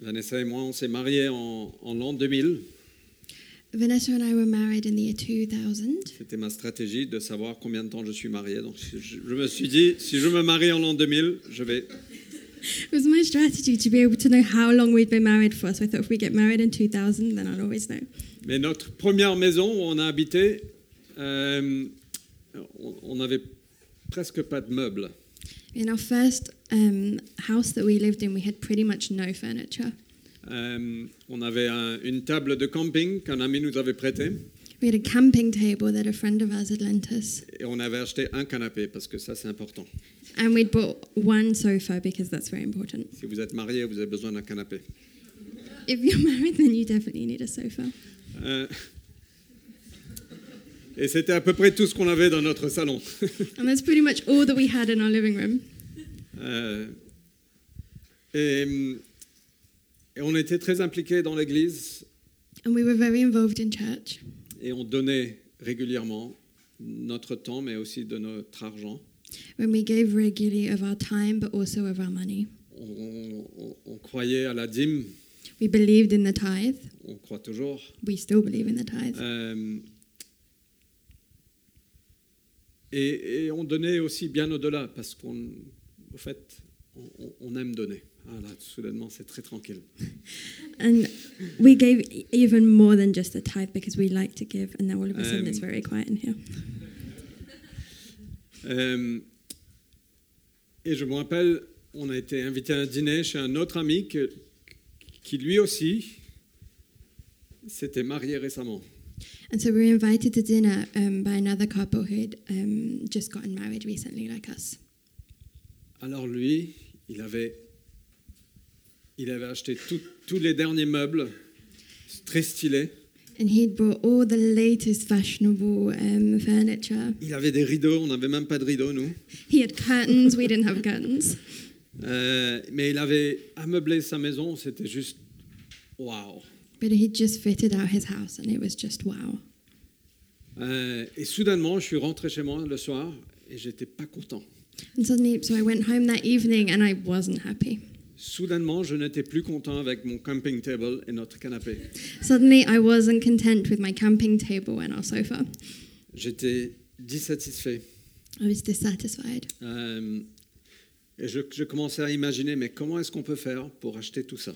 Vanessa et moi, on s'est mariés en, en l'an 2000. Vanessa and I were married in the year 2000. C'était ma stratégie de savoir combien de temps je suis marié. Donc je, je me suis dit, si je me marie en l'an 2000, je vais. It was my strategy to be able to know how long we'd been married for. So I thought if we get married in 2000, then I'd always know. Mais notre première maison où on a habité, euh, on- on n'avait presque pas de meubles. In our first um, house that we lived in, we had pretty much no furniture. Euh, on avait un- une table de camping qu'un ami nous avait prêtée We had a camping table that a friend of ours had lent us, et on avait acheté un canapé parce que ça c'est important. and we'd bought one sofa because that's very important. Si vous êtes marié, vous avez besoin d'un canapé. If you're married, then you definitely need a sofa. Euh, et c'était à peu près tout ce qu'on avait dans notre salon. And that's pretty much all that we had in our living room. Euh, et, et on était très impliqués dans l'église And we were very involved in church. et on donnait régulièrement notre temps mais aussi de notre argent. When we gave regularly of our time, but also of our money. On, on- on croyait à la dîme, We believed in the tithe. on croit toujours. We still believe in the tithe. Euh, et, et on donnait aussi bien au-delà, parce qu'on, au fait, on, on- on aime donner. Ah là, soudainement, c'est très tranquille. And we gave e- even more than just the tithe because we like to give. And now all of a sudden Um, it's very quiet in here. Euh, et je me rappelle, on a été invité à un dîner chez un autre ami que- qui, lui aussi, s'était marié récemment. And so we were invited to dinner um, by another couple who'd um, just gotten married recently, like us. Alors lui, il avait, il avait acheté tout- tous les derniers meubles, très stylés. And he'd bought all the latest fashionable um, furniture. Il avait des rideaux, on n'avait même pas de rideaux, nous. He had curtains, we didn't have curtains. Euh, mais il avait ameublé sa maison, c'était juste waouh. But he'd just fitted out his house and it was just wow. Euh, Et soudainement, je suis rentré chez moi le soir et j'étais pas content. And suddenly, so I went home that evening and I wasn't happy. Soudainement, je n'étais plus content avec mon camping table et notre canapé. Suddenly, I wasn't content with my camping table and our sofa. J'étais dissatisfait. I was dissatisfied. Euh, et je, je commençais à imaginer, mais comment est-ce qu'on peut faire pour acheter tout ça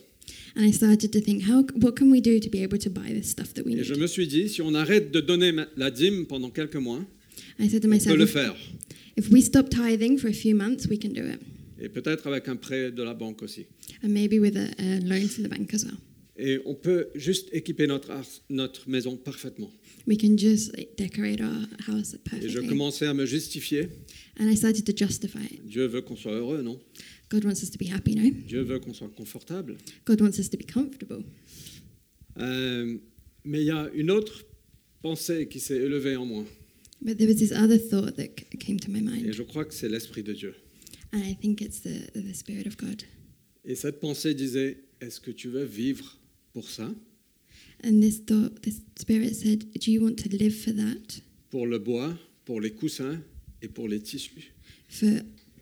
And I started to think, how, what can we do to be able to buy this stuff that we Et je need? me suis dit, si on arrête de donner ma- la dîme pendant quelques mois, I said to on peut myself, le if, faire. if we stop tithing for a few months, we can do it. Et peut-être avec un prêt de la banque aussi. And maybe with a, a loan from the bank as well. Et on peut juste équiper notre, ar- notre maison parfaitement. We can just like, decorate our house Et je perfectly. commençais à me justifier. And I started to justify it. Dieu veut qu'on soit heureux, non God wants us to be happy, no? Dieu veut qu'on soit confortable. God wants us to be comfortable. Euh, mais il y a une autre pensée qui s'est élevée en moi. But there was this other thought that c- came to my Et mind. je crois que c'est l'Esprit de Dieu. And I think it's the, the Spirit of God. Et cette pensée disait, est-ce que tu veux vivre pour ça And this thought, this Spirit said, Do you want to live for that? Pour le bois, pour les coussins et pour les tissus For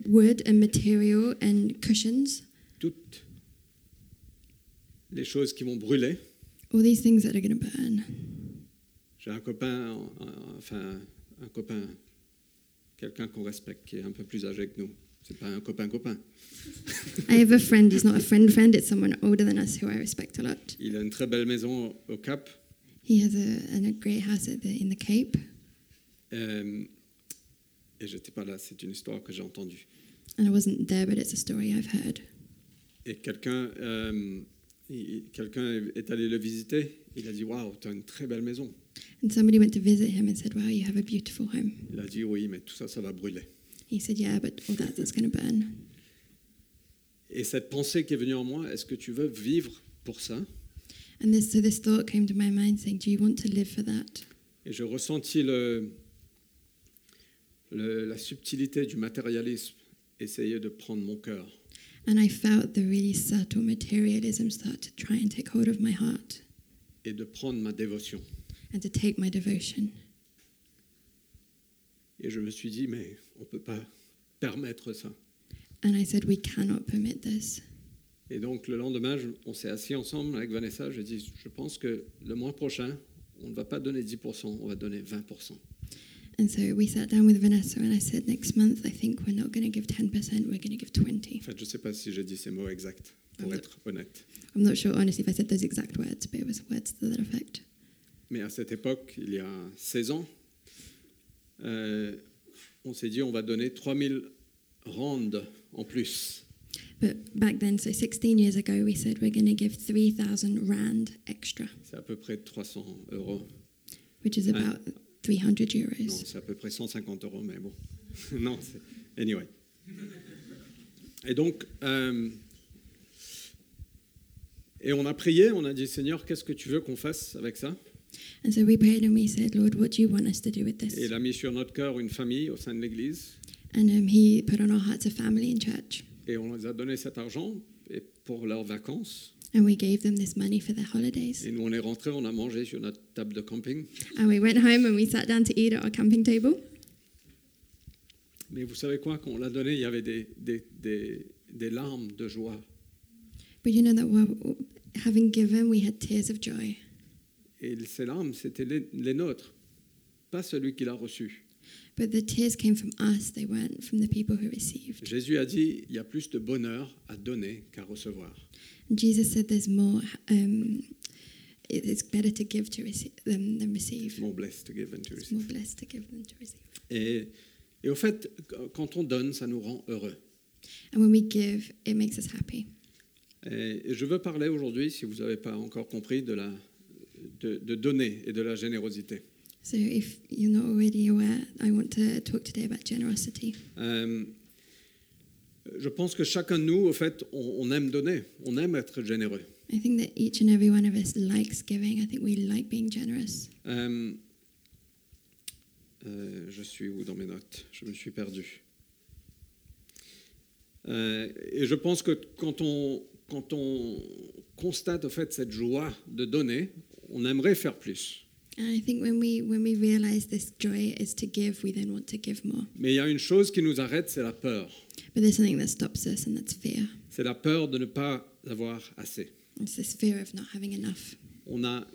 wood and material and cushions? Toutes les choses qui vont brûler. All these things that are going to burn. J'ai un copain, en- en- enfin un copain, quelqu'un qu'on respecte, qui est un peu plus âgé que nous. C'est pas un copain copain. I have a friend who's not a friend friend, it's someone older than us who I respect a lot. Il a une très belle maison au- au Cap. He has a, an, a great house at the, in the Cape. euh, et j'étais pas là. C'est une histoire que j'ai entendue. And I wasn't there, but it's a story I've heard. Et quelqu'un, euh, il- il- quelqu'un est allé le visiter. Il a dit waouh, t'as une très belle maison. And somebody went to visit him and said, Wow, you have a beautiful home. Il a dit oui, mais tout ça, ça va brûler. He said, Yeah, but all that, that's going to burn. Et cette pensée qui est venue en moi, est-ce que tu veux vivre pour ça And this, so this thought came to my mind saying, Do you want to live for that? Et je ressentis le, le- la subtilité du matérialisme essayer de prendre mon cœur. And I felt the really subtle materialism start to try and take hold of my heart et de prendre ma dévotion. and to take my devotion. Et je me suis dit, mais on ne peut pas permettre ça. And I said, We cannot permit this. Et donc le lendemain, je- on s'est assis ensemble avec Vanessa. J'ai dit, je pense que le mois prochain, on ne va pas donner 10%, on va donner 20%. And so we sat down with Vanessa and I said, next month, I think we're not going to give 10%, we're going to give 20. En fait, je ne sais pas si j'ai dit ces mots exacts, pour Ouais. être honnête. I'm not sure, honestly, if I said those exact words, but it was words to that effect. Mais à cette époque, il y a 16 ans, euh, on s'est dit, on va donner 3000 randes en plus. But back then, so 16 years ago, we said we're going to give 3,000 Rand extra, C'est à peu près 300 euros. which is Ah. about 300 Non, euros. c'est à peu près 150 euros, mais bon. non, c'est... Anyway. Et donc, euh, et on a prié, on a dit, Seigneur, qu'est-ce que tu veux qu'on fasse avec ça And so we prayed and we said, Lord, what do you want us to do with this? Et il a mis sur notre cœur une famille au sein de l'Église, And um, he put on our hearts a family in church, et on les a donné cet argent et pour leurs vacances. and we gave them this money for their holidays. Et nous, on est rentrés, on a mangé sur notre table de camping. And we went home and we sat down to eat at our camping table. Mais vous savez quoi Quand on l'a donné, il y avait des, des, des, des larmes de joie. But you know that while having given, we had tears of joy. Et ces larmes, c'était les, les nôtres, pas celui qui l'a reçu. But the tears came from us, they weren't from the people who received. Jésus a dit, il y a plus de bonheur à donner qu'à recevoir. And Jesus said there's more, um, it- it's better to give to receive than, than receive. More blessed to give than to It's receive. more blessed to give than to receive. Et, et au fait, qu- quand on donne, ça nous rend heureux. And when we give, it makes us happy. Et, et je veux parler aujourd'hui, si vous n'avez pas encore compris, de, la, de, de donner et de la générosité. So if you're not already aware, I want to talk today about generosity. Euh, je pense que chacun de nous, au fait, on, on aime donner, on aime être généreux. I think that each and every one of us likes giving. I think we like being generous. Euh, euh, je suis où dans mes notes Je me suis perdu. Euh, et je pense que quand on, quand on constate au fait cette joie de donner, on aimerait faire plus. And I think when we when we realize this joy is to give, we then want to give more. Mais il y a une chose qui nous arrête, c'est la peur. But there's something that stops us, and that's fear. C'est la peur de ne pas avoir assez. It's this fear of not having enough. On a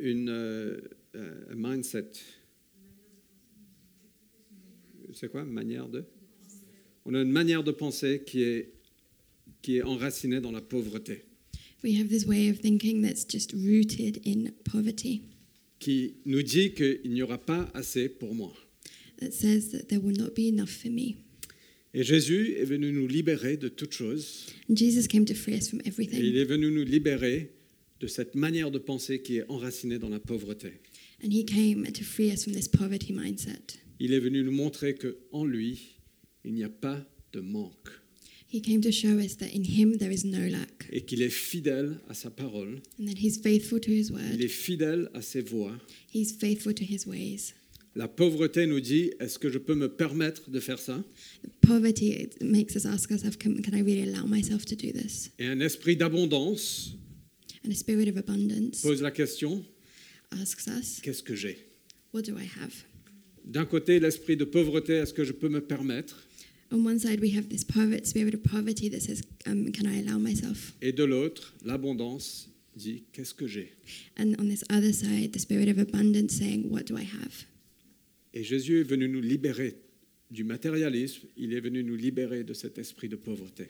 une euh, euh, mindset. C'est quoi manière de On a une manière de penser qui est qui est enracinée dans la pauvreté, We have this way of thinking that's just rooted in poverty qui nous dit qu'il n'y aura pas assez pour moi. that says that there will not be enough for me. Et Jésus est venu nous libérer de toute chose. And Jesus came to free us from Et il everything, est venu nous libérer de cette manière de penser qui est enracinée dans la pauvreté. and He came to free us from this poverty mindset. Il est venu nous montrer que en lui, il n'y a pas de manque He came to show us that in Him there is no lack, et qu'il est fidèle à sa parole and that He's faithful to His Il word. est fidèle à ses voies. He's faithful to His ways. La pauvreté nous dit est-ce que je peux me permettre de faire ça Poverty it makes us ask ourselves, can, can I really allow myself to do this? Et un esprit d'abondance And a spirit of abundance pose la question asks us, qu'est-ce que j'ai what do I have? D'un côté, l'esprit de pauvreté est-ce que je peux me permettre On one side, we have this poverty, spirit of poverty that says, um, can I allow myself? Et de l'autre, l'abondance dit qu'est-ce que j'ai And on this other side, the spirit of abundance saying, What do I have? Et Jésus est venu nous libérer du matérialisme il est venu nous libérer de cet esprit de pauvreté.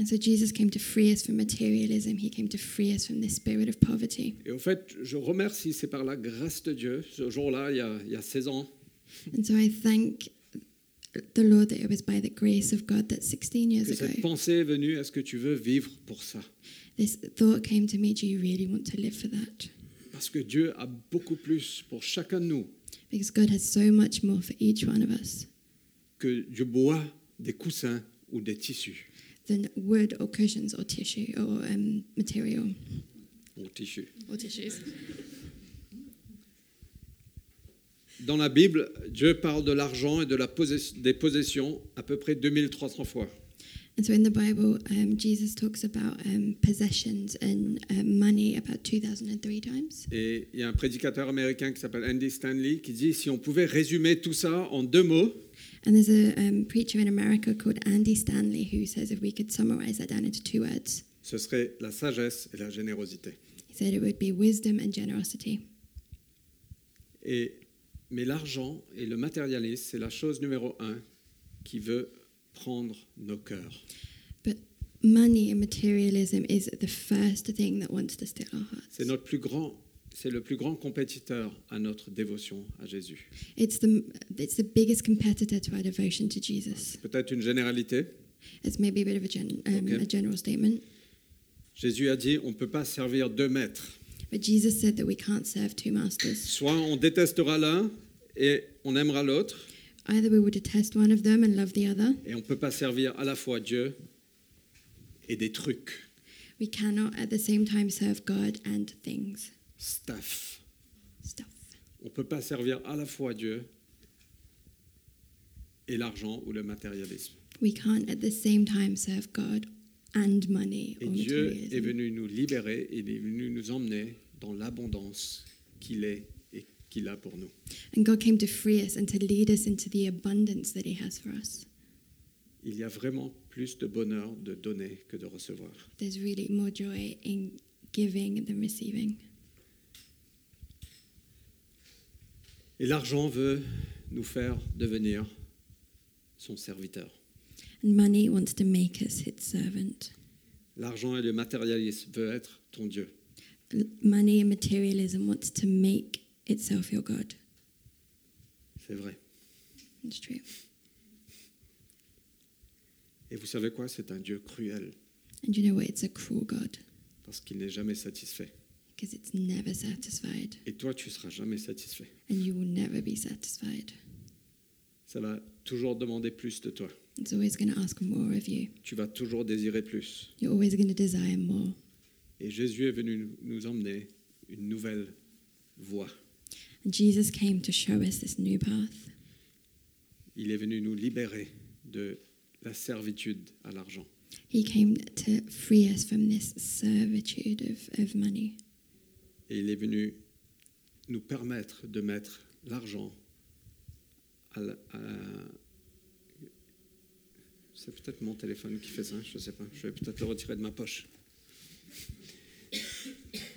And so Jesus came to free us from materialism. He came to free us from this spirit of poverty. Et au fait, je remercie, c'est par la grâce de Dieu, ce jour-là, il, y a- il y a 16 ans, And so I thank the Lord that it was by the grace of God that 16 years que cette ago, pensée est venue, est-ce que tu veux vivre pour ça this thought came to me Do you really want to live for that? Parce que Dieu a beaucoup plus pour chacun de nous Because God has so much more for each one of us que du bois, des coussins ou des tissus. than wood or cushions or tissue or um, material Ou tissus. or tissues. Dans la Bible, Dieu parle de l'argent et de la possess- des possessions à peu près 2300 fois. And so in the Bible, um, Jesus talks about um, possessions and um, money about 2003 times. Et il y a un prédicateur américain qui s'appelle Andy Stanley qui dit si on pouvait résumer tout ça en deux mots, And there's a um, preacher in America called Andy Stanley who says if we could summarize that down into two words, ce serait la sagesse et la générosité. He said it would be wisdom and generosity. Et, mais l'argent et le matérialisme, c'est la chose numéro un qui veut prendre nos cœurs. But money and materialism is the first thing that wants to steal our hearts. C'est notre plus grand, c'est le plus grand compétiteur à notre dévotion à Jésus. It's the it's the biggest competitor to our devotion to Jesus. C'est peut-être une généralité. It's maybe a bit of a, gen, um, Okay. a general statement, Jésus a dit, on ne peut pas servir deux maîtres. but Jesus said that we can't serve two masters. Soit on détestera l'un et on aimera l'autre, Either we will detest one of them and love the other. et on ne peut pas servir à la fois Dieu et des trucs, We cannot at the same time serve God and things, staff. stuff. On ne peut pas servir à la fois Dieu et l'argent ou le matérialisme. We can't at the same time serve God and money Et or Dieu est materialism. venu nous libérer, il est venu nous emmener dans l'abondance qu'il est et qu'il a pour nous. And God came to free us and to lead us into the abundance that He has for us. Il y a vraiment plus de bonheur de donner que de recevoir. There's really more joy in giving than receiving. Et l'argent veut nous faire devenir son serviteur. And money wants to make us its servant. L'argent et le matérialisme veulent être ton Dieu. L- Money and materialism wants to make itself your God. C'est vrai. It's true. Et vous savez quoi C'est un Dieu cruel And you know what? It's a cruel God parce qu'il n'est jamais satisfait. because it's never satisfied Et toi, tu seras jamais satisfait. and you will never be satisfied. Ça va toujours demander plus de toi. It's always going to ask more of you. Tu vas toujours désirer plus. You're always going to desire more. Et Jésus est venu nous emmener une nouvelle voie. And Jesus came to show us this new path. Il est venu nous libérer de la servitude à l'argent. He came to free us from this servitude of, of money. Et il est venu nous permettre de mettre l'argent à, la- à la- C'est peut-être mon téléphone qui fait ça, je ne sais pas. Je vais peut-être le retirer de ma poche.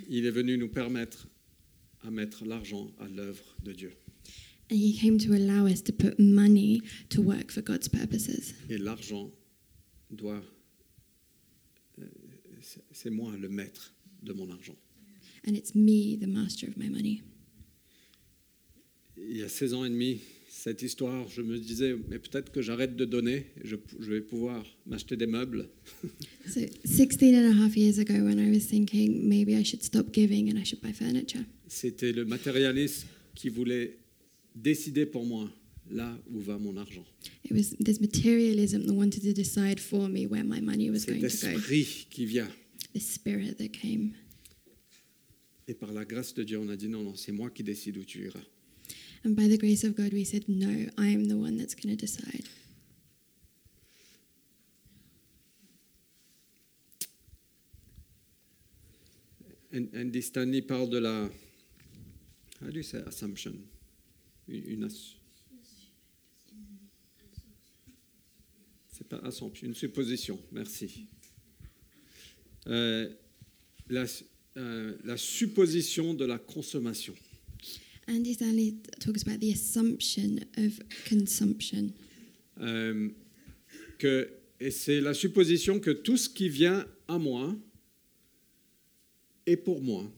Il est venu nous permettre à mettre l'argent à l'œuvre de Dieu. And he came to allow us to put money to work for God's purposes. Et l'argent doit... euh, c'est- C'est moi le maître de mon argent. And it's me, the master of my money. il y a 16 ans et demi, cette histoire, je me disais, mais peut-être que j'arrête de donner, je, je vais pouvoir m'acheter des meubles. So 16 and a half years ago, when I was thinking maybe I should stop giving and I should buy furniture, C'était le matérialiste qui voulait décider pour moi là où va mon argent. it was this materialism that wanted to decide for me where my money was Cet going to go. esprit qui vient. This spirit that came. Et par la grâce de Dieu, on a dit non, non, c'est moi qui décide où tu iras. And by the grace of God, we said, No, I am the one that's going to decide. And- Andy Stanley parle de la. How do you say assumption? Une, une ass- C'est pas assumption, une supposition, merci. Euh, la, su- euh, la supposition de la consommation. Andy Stanley t- talks about the assumption of consumption. Euh, que, et c'est la supposition que tout ce qui vient à moi est pour moi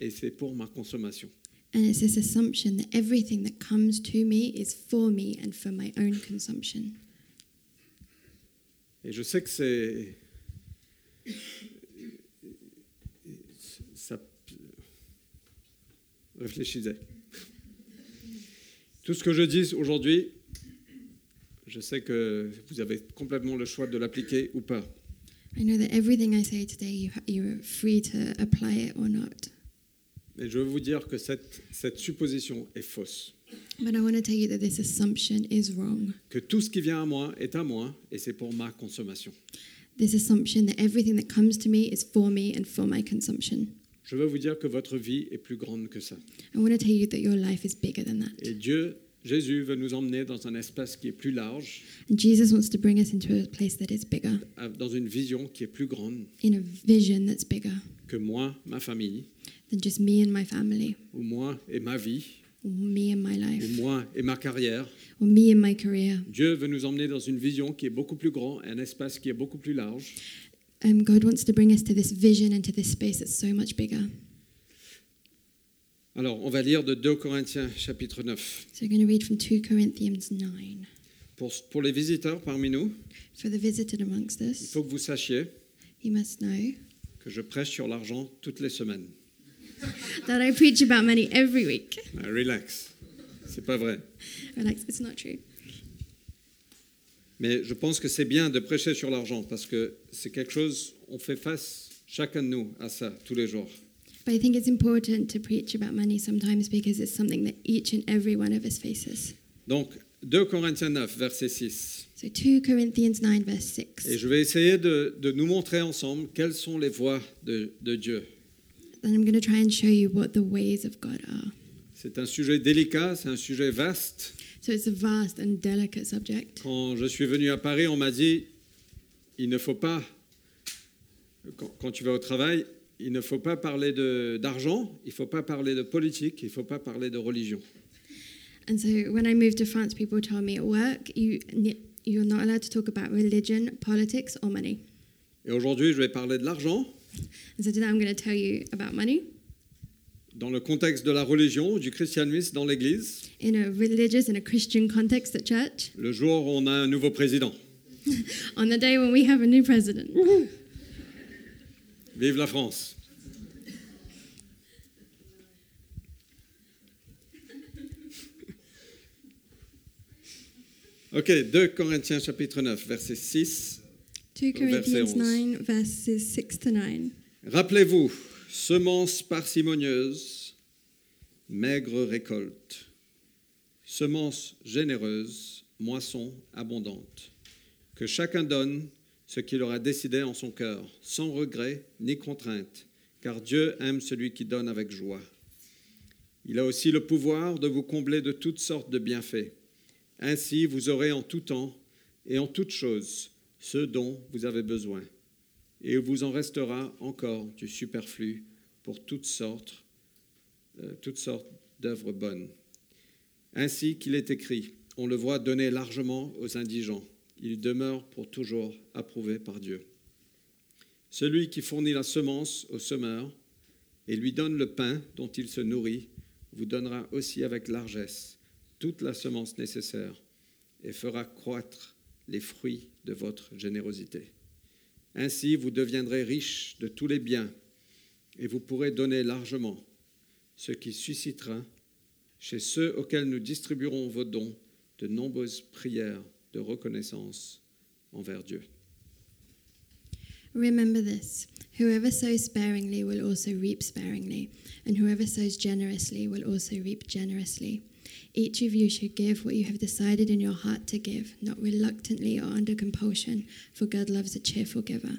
et c'est pour ma consommation. And it's this assumption that everything that comes to me is for me and for my own consumption. Et je sais que c'est. Ça... Réfléchissez. Tout ce que je dis aujourd'hui, je sais que vous avez complètement le choix de l'appliquer ou pas. I know that everything I say today, you, ha- you are free to apply it or not. Mais je veux vous dire que cette, cette supposition est fausse. But I want to tell you that this assumption is wrong. Que tout ce qui vient à moi est à moi et c'est pour ma consommation. This assumption that everything that comes to me is for me and for my consumption. Je veux vous dire que votre vie est plus grande que ça. I want to tell you that your life is bigger than that. Et Dieu Jésus veut nous emmener dans un espace qui est plus large, And Jesus wants to bring us into a place that is bigger, à- euh, dans une vision qui est plus grande in a vision that's bigger que moi, ma famille, than just me and my family, ou moi et ma vie, or me and my ou life, moi et ma carrière. or me and my career. Dieu veut nous emmener dans une vision qui est beaucoup plus grande, un espace qui est beaucoup plus large. Um, God wants to bring us to this vision and to this space that's so much bigger. Alors, on va lire de 2 Corinthiens chapitre 9. So we're going to read from 2 Corinthians 9. Pour, pour les visiteurs parmi nous, For the visited amongst il us, faut que vous sachiez you must know que je prêche sur l'argent toutes les semaines. that I preach about money every week. Ah, relax, c'est pas vrai. Relax, it's not true. Mais je pense que c'est bien de prêcher sur l'argent parce que c'est quelque chose, on fait face chacun de nous à ça tous les jours. But I think it's important to preach about money sometimes because it's something that each and every one of us faces. Donc, 2 Corinthiens 9, verset 6. So 2 Corinthians 9, verse 6. Et je vais essayer de, de nous montrer ensemble quelles sont les voies de, de Dieu. And I'm going to try and show you what the ways of God are. C'est un sujet délicat, c'est un sujet vaste. So it's a vast and delicate subject. Quand je suis venu à Paris, on m'a dit, il ne faut pas, quand, quand tu vas au travail, il ne faut pas parler de- d'argent, il ne faut pas parler de politique, il ne faut pas parler de religion. And so when I moved to France, people told me at work, you, you're not allowed to talk about religion, politics, or money. Et aujourd'hui, je vais parler de l'argent And so today I'm going to tell you about money dans le contexte de la religion, du christianisme dans l'Église, in a religious and a Christian context at church le jour où on a un nouveau président. on the day when we have a new president. Vive la France. Ok, 2 Corinthiens chapitre 9, verset 6. Verset 2 Corinthians 11. 9, verses 6 to 9. Rappelez-vous, semence parcimonieuse, maigre récolte. Semence généreuse, moisson abondante. Que chacun donne ce qu'il aura décidé en son cœur, sans regret ni contrainte, car Dieu aime celui qui donne avec joie. Il a aussi le pouvoir de vous combler de toutes sortes de bienfaits. Ainsi, vous aurez en tout temps et en toutes choses ce dont vous avez besoin et il vous en restera encore du superflu pour toutes sortes, euh, toutes sortes d'œuvres bonnes. Ainsi qu'il est écrit, on le voit donner largement aux indigents. Il demeure pour toujours approuvé par Dieu. Celui qui fournit la semence au semeur et lui donne le pain dont il se nourrit, vous donnera aussi avec largesse toute la semence nécessaire et fera croître les fruits de votre générosité. Ainsi, vous deviendrez riche de tous les biens et vous pourrez donner largement, ce qui suscitera chez ceux auxquels nous distribuerons vos dons de nombreuses prières de reconnaissance envers Dieu. Remember this whoever sows sparingly will also reap sparingly, and whoever sows generously will also reap generously. Each of you should give what you have decided in your heart to give, not reluctantly or under compulsion, for God loves a cheerful giver.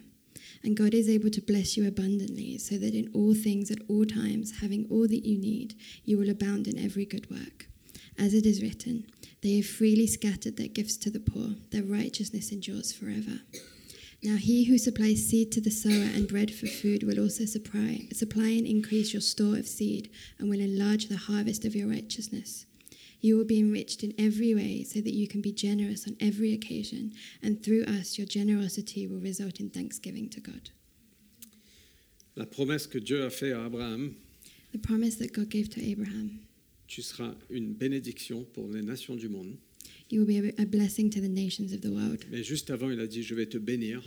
And God is able to bless you abundantly, so that in all things at all times, having all that you need, you will abound in every good work. As it is written, they have freely scattered their gifts to the poor, their righteousness endures forever. Now he who supplies seed to the sower and bread for food will also supply, supply and increase your store of seed and will enlarge the harvest of your righteousness. You will be enriched in every way so that you can be generous on every occasion, and through us your generosity will result in thanksgiving to God. La promesse que Dieu a faite à Abraham, The promise that God gave to Abraham tu seras une bénédiction pour les nations du monde. you will be a blessing to the nations of the world. Mais juste avant, il a dit, je vais te bénir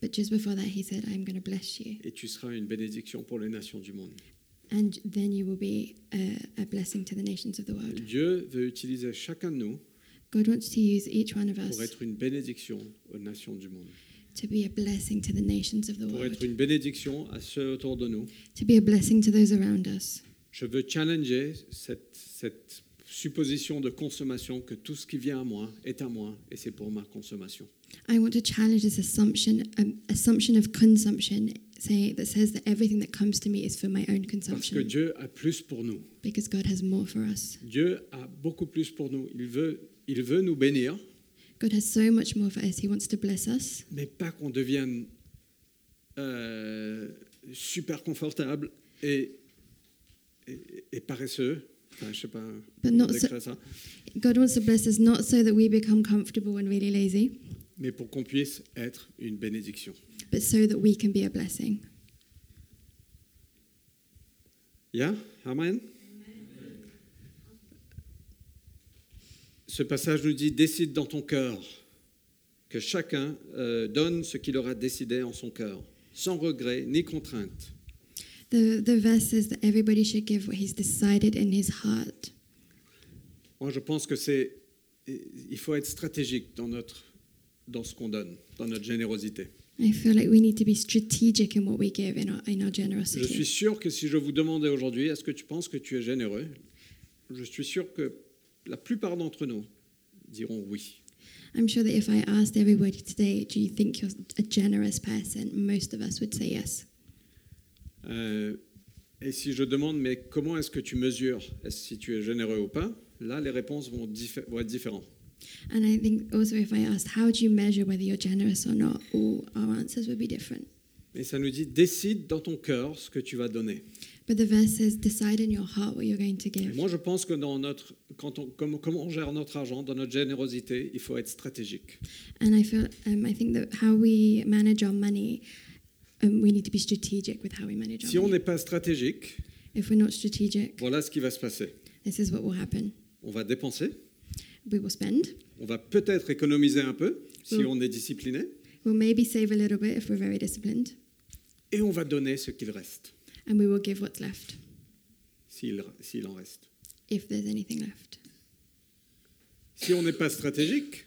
But just before that, he said, I'm going to bless you. et tu seras une bénédiction pour les nations du monde. And then you will be a, a blessing to the nations of the world. Dieu veut utiliser chacun de nous God wants to use each one of us. pour être une bénédiction aux nations du monde, to be a blessing to the nations of the pour world, être une bénédiction à ceux autour de nous. to be a blessing to those around us. Je veux challenger cette, cette- supposition de consommation que tout ce qui vient à moi est à moi et c'est pour ma consommation. I want to challenge this assumption um, assumption of consumption say, that says that everything that comes to me is for my Parce own que consumption Dieu a plus pour nous. because God has more for us. Dieu a beaucoup plus pour nous. Il veut, il veut nous bénir, God has so much more for us. He wants to bless us, mais pas qu'on devienne euh, super confortable et, et- et paresseux. Enfin, je sais pas but comment not so, décrire ça. God wants to bless us not so that we become comfortable and really lazy, Mais pour qu'on puisse être une bénédiction. but so that we can be a blessing. Yeah? Amen? Ce passage nous dit décide dans ton cœur que chacun euh, donne ce qu'il aura décidé en son cœur, sans regret ni contrainte. The the verse says that everybody should give what he's decided in his heart. Moi, je pense que c'est. Il faut être stratégique dans, notre, dans ce qu'on donne, dans notre générosité. I feel like we need to be strategic in what we give in our in our Je suis generosity. sûr que si je vous demandais aujourd'hui, est-ce que tu penses que tu es généreux Je suis sûr que la plupart d'entre nous diront oui. I'm sure that if I asked everybody today, do you think you're a generous person? Most of us would say yes. Euh, et si je demande, mais comment est-ce que tu mesures Est-ce si tu es généreux ou pas Là, les réponses vont, diffé- vont être différentes. And I think also if I asked, how do you measure whether you're generous or not, all our answers would be different. Et ça nous dit, décide dans ton cœur ce que tu vas donner. But the verse says, decide in your heart what you're going to Et give. moi, je pense que dans notre, quand on, comme, comment on gère notre argent, dans notre générosité, il faut être stratégique. And I feel, um, I think that how we manage our money, um, we need to be strategic with how we manage our Si on money. n'est pas stratégique, If we're not strategic, voilà ce qui va se passer. this is what will happen. On va dépenser, We will spend. on va peut-être économiser un peu si Mm. on est discipliné, We'll maybe save a little bit if we're very disciplined, et on va donner ce qu'il reste, and we will give what's left s'il s'il en reste. if there's anything left. Si on n'est pas stratégique,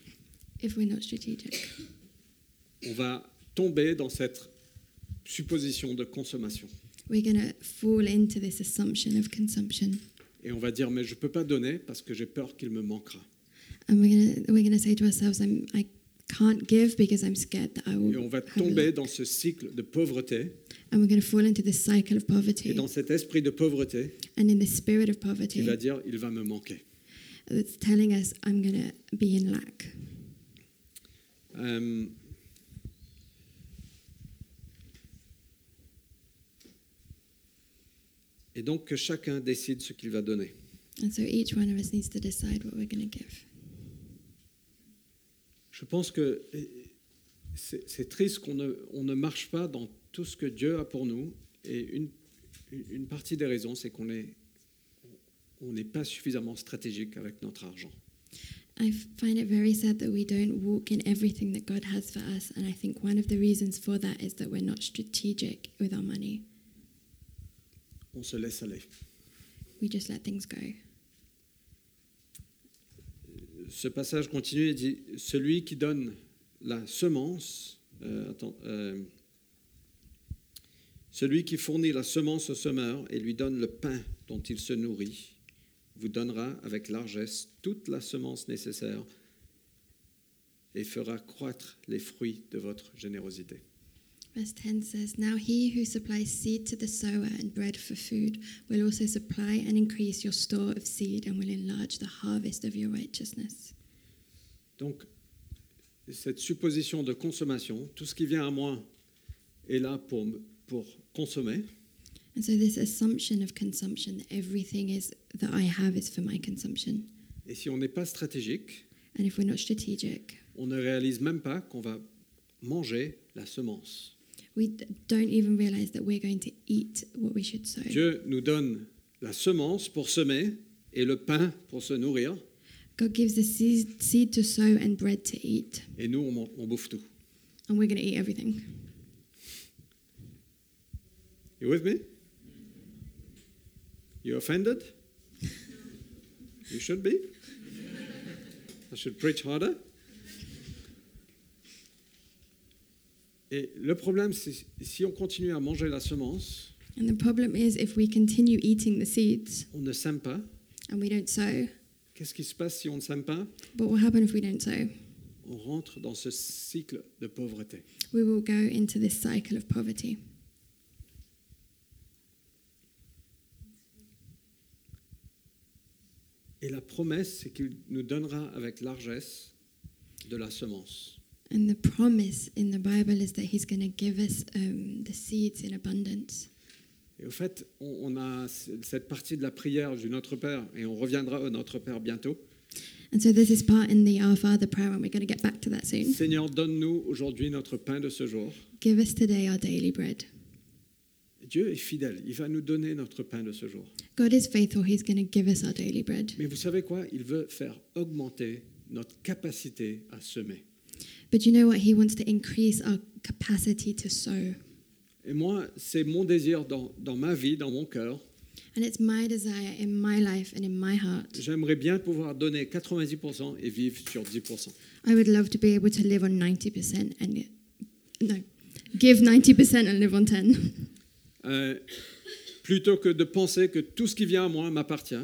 If we're not strategic. on va tomber dans cette supposition de consommation. we're going to fall into this assumption of consumption Et on va dire, mais je ne peux pas donner parce que j'ai peur qu'il me manquera. and we're going to we're going to say to ourselves I'm, i can't give because i'm scared that i will Et on va have tomber lack." dans ce cycle de pauvreté and we're going to fall into this cycle of et poverty dans cet esprit de pauvreté and in the spirit of qui poverty va dire il va me manquer. that's telling us i'm going to be in lack Euh, Et donc que chacun décide ce qu'il va donner. and so each one of us needs to decide what we're going to give Je pense que eh, c'est c'est triste qu'on ne, on ne marche pas dans tout ce que Dieu a pour nous. Et une, une partie des raisons, c'est qu'on est- on n'est pas suffisamment stratégique avec notre argent. i f- find it very sad that we don't walk in everything that god has for us and i think one of the reasons for that is that we're not strategic with our money On se laisse aller. we just let things go ce passage continue et dit Celui qui donne la semence, euh, attends, euh, celui qui fournit la semence au semeur et lui donne le pain dont il se nourrit, vous donnera avec largesse toute la semence nécessaire et fera croître les fruits de votre générosité. Verse 10 says, Now he who supplies seed to the sower and bread for food will also supply and increase your store of seed and will enlarge the harvest of your righteousness. Donc, cette supposition de consommation, tout ce qui vient à moi est là pour, me- pour consommer. And so, this assumption of consumption that everything is that I have is for my consumption. Et si on n'est pas stratégique, And if we're not strategic, on ne réalise même pas qu'on va manger la semence. we d- don't even realize that we're going to eat what we should sow. Dieu nous donne la semence pour semer et le pain pour se nourrir, God gives the seed, seed to sow and bread to eat, et nous, on, on bouffe tout. and we're going to eat everything. You with me? You offended? You should be. I should preach harder. Et le problème, c'est si on continue à manger la semence, And the problem is, if we continue eating the seeds on ne sème pas, and we don't sow, Qu'est-ce qui se passe si on ne sème pas But what happens if we don't sow? On rentre dans ce cycle de pauvreté. We will go into this cycle of poverty. Et la promesse, c'est qu'il nous donnera avec largesse de la semence. And the promise in the Bible is that He's going to give us um, the seeds in abundance. Et au fait, on, on a c- cette partie de la prière du Notre Père, et on reviendra au Notre Père bientôt. And so this is part in the Our Father prayer, and we're going to get back to that soon. Seigneur, donne-nous aujourd'hui notre pain de ce jour. Give us today our daily bread. Dieu est fidèle, il va nous donner notre pain de ce jour. God is faithful, He's going to give us our daily bread. Mais vous savez quoi Il veut faire augmenter notre capacité à semer. But you know what? He wants to increase our capacity to sow. Et moi, c'est mon désir dans, dans ma vie, dans mon cœur. And it's my desire in my life and in my heart. J'aimerais bien pouvoir donner 90% et vivre sur 10%. I would love to be able to live on 90% and no, give 90% and live on 10. Euh, plutôt que de penser que tout ce qui vient à moi m'appartient.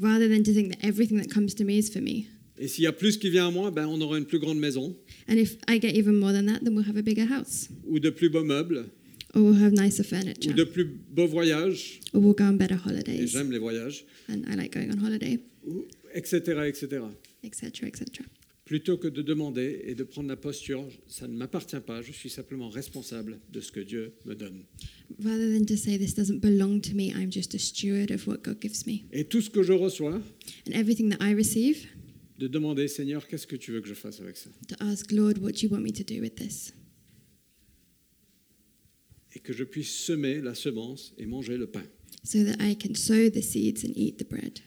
Rather than to think that everything that comes to me is for me. Et s'il y a plus qui vient à moi, ben on aura une plus grande maison And if I get even more than that, then we'll have a bigger house, ou de plus beaux meubles or we'll have nicer ou furniture, de plus beaux voyages. or we'll go on better Et holidays. j'aime les voyages, And I like going on holiday, ou- etc., etc. etc., etc. Plutôt que de demander et de prendre la posture, ça ne m'appartient pas, je suis simplement responsable de ce que Dieu me donne. Rather than to say this doesn't belong to me, I'm just a steward of what God gives me. Et tout ce que je reçois, And everything that I receive, de demander Seigneur, qu'est-ce que tu veux que je fasse avec ça to ask, Lord, what do you want me to do with this? Et que je puisse semer la semence et manger le pain. So that I can sow the seeds and eat the bread.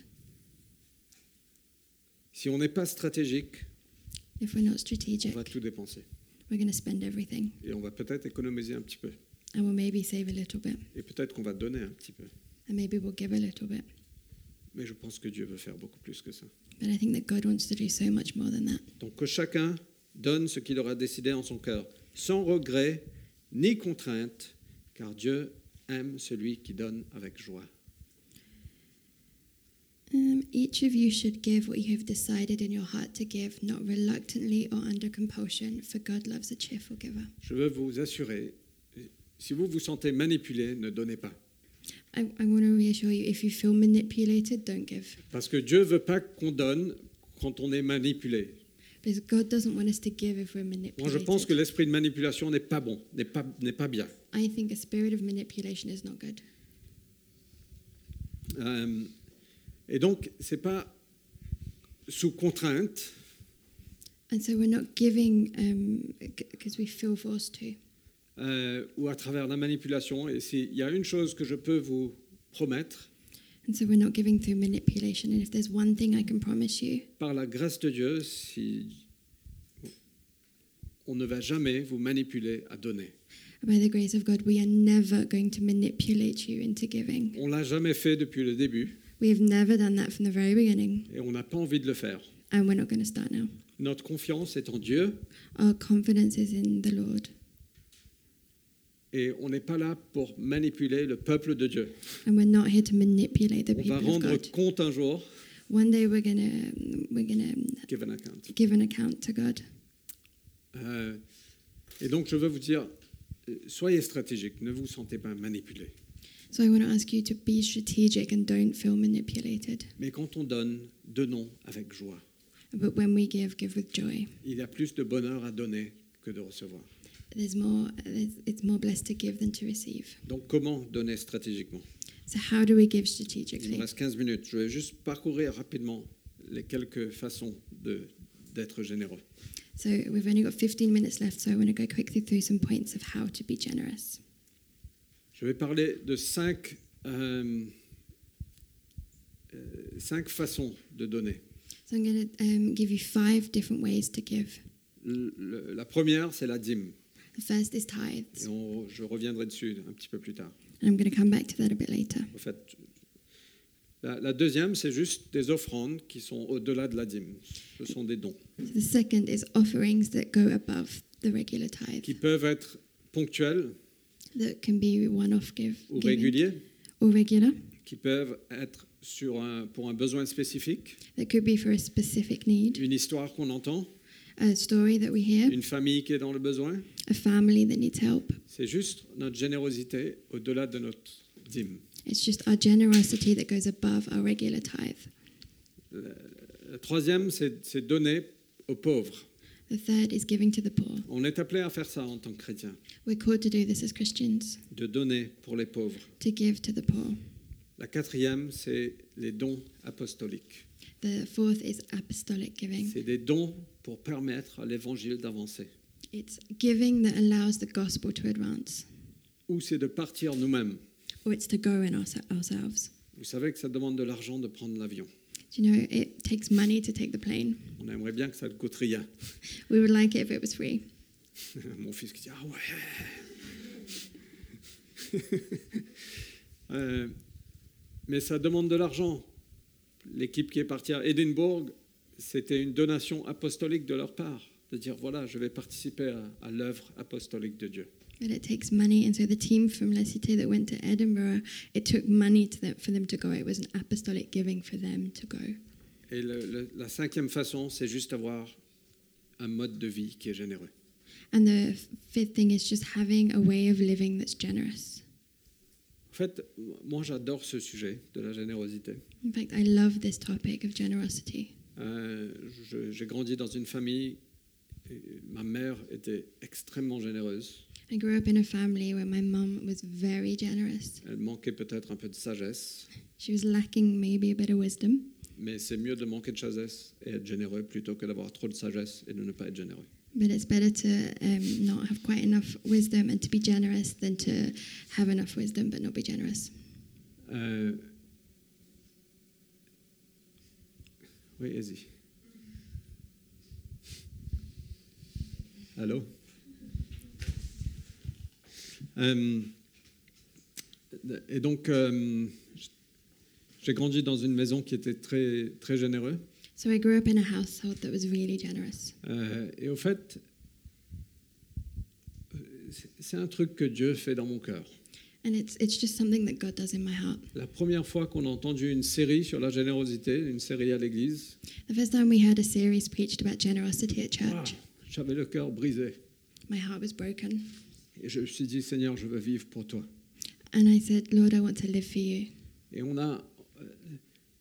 Si on n'est pas stratégique, If we're not on strategic, va tout dépenser. we're going to spend everything. Et on va peut-être économiser un petit peu. And we'll maybe save a little bit, Et peut-être qu'on va donner un petit peu. and maybe we'll give a little bit. Mais je pense que Dieu veut faire beaucoup plus que ça. But I think that God wants to do so much more than that. Donc que chacun donne ce qu'il aura décidé en son cœur, sans regret ni contrainte, car Dieu aime celui qui donne avec joie. Um, each of you should give what you have decided in your heart to give, not reluctantly or under compulsion, for God loves a cheerful giver. Je veux vous assurer, si vous vous sentez manipulé, ne donnez pas. I, I want to reassure you if you feel manipulated, don't give. Parce que Dieu veut pas qu'on donne quand on est manipulé. Because God doesn't want us to give if we're Moi, manipulated. je pense que l'esprit de manipulation n'est pas bon, n'est pas, n'est pas bien. I think a spirit of manipulation is not good. Euh, et donc, c'est pas sous contrainte, And so we're not giving um, because we feel forced to. euh, ou à travers la manipulation. Et s'il y a une chose que je peux vous promettre, And so we're not giving through manipulation. And if there's one thing I can promise you, par la grâce de Dieu, si on ne va jamais vous manipuler à donner. by the grace of God, we are never going to manipulate you into giving. On l'a jamais fait depuis le début We have never done that from the very beginning, et on n'a pas envie de le faire. and we're not going to start now. Notre confiance est en Dieu Our confidence is in the Lord, et on n'est pas là pour manipuler le peuple de Dieu. and we're not here to manipulate the On va people of rendre God. compte un jour, One day we're gonna we're gonna give an account. give an account to God. Euh, et donc je veux vous dire, euh, soyez stratégique, ne vous sentez pas manipulé. So I want to ask you to be strategic and don't feel manipulated. Mais quand on donne, donnons avec joie. But when we give, give with joy. Il y a plus de bonheur à donner que de recevoir. There's more. There's, it's more blessed to give than to receive. Donc comment donner stratégiquement So how do we give Il me strategically? reste 15 minutes. Je vais juste parcourir rapidement les quelques façons de- d'être généreux. So we've only got 15 minutes left, so I want to go quickly through some points of how to be generous. Je vais parler de cinq, euh, euh, cinq façons de donner. So I'm going to um, give you five different ways to give. Le- le- la première, c'est la dîme. The first is Et tithes, on- je reviendrai dessus un petit peu plus tard. and I'm going to come back to that a bit later. En fait, la, la deuxième, c'est juste des offrandes qui sont au-delà de la dîme. Ce sont des dons So the second is offerings that go above the regular tithe, qui peuvent être ponctuels that can be one-off give, ou giving, réguliers, or regular, qui peuvent être sur un- pour un besoin spécifique, that could be for a specific need, une histoire qu'on entend, a story that we hear, une famille qui est dans le besoin. a family that needs help. C'est juste notre générosité au-delà de notre dîme. It's just our generosity that goes above our regular tithe. La troisième, c'est c'est donner aux pauvres. The third is giving to the poor. On est appelé à faire ça en tant que chrétien, We're called to do this as Christians, de donner pour les pauvres. to give to the poor. La quatrième, c'est les dons apostoliques. The fourth is apostolic giving. C'est des dons pour permettre à l'évangile d'avancer. It's giving that allows the gospel to advance, Ou c'est de partir nous-mêmes. or it's to go in ourse- ourselves. Vous savez que ça demande de l'argent de prendre l'avion. Do you know, it takes money to take the plane. On aimerait bien que ça ne coûte rien. We would like it if it was free. Mon fils qui dit Ah ouais Euh, Mais ça demande de l'argent. L'équipe qui est partie à Édimbourg, c'était une donation apostolique de leur part, de dire Voilà, je vais participer à, à l'œuvre apostolique de Dieu. But it takes money, and so the team from La Cité that went to Edinburgh, it took money to them, for them to go. It was an apostolic giving for them to go. Et le- le- la cinquième façon, c'est juste avoir un mode de vie qui est généreux. And the fifth thing is just having a way of living that's generous. En fait, moi j'adore ce sujet de la générosité. In fact, I love this topic of generosity. Euh, je- J'ai grandi dans une famille, et ma mère était extrêmement généreuse. I grew up in a family where my mum was very generous. Elle manquait peut-être un peu de sagesse, She was lacking maybe a bit of wisdom, mais c'est mieux de manquer de sagesse et être généreux plutôt que d'avoir trop de sagesse et de ne pas être généreux. but it's better to um, not have quite enough wisdom and to be generous than to have enough wisdom but not be generous. Euh, Oui, vas-y. Allô Euh, Et donc, euh, j'ai grandi dans une maison qui était très, très généreuse. So I grew up in a household that was really generous. Euh, et au fait, euh, c'est- c'est un truc que Dieu fait dans mon cœur. And it's, it's just something that God does in my heart. La première fois qu'on a entendu une série sur la générosité, une série à l'église, The first time we had a series preached about generosity at waouh, church, Ah, j'avais le cœur brisé. my heart was broken. Et je me suis dit, Seigneur, je veux vivre pour toi. And I said, Lord, I want to live for you. Et on a, euh,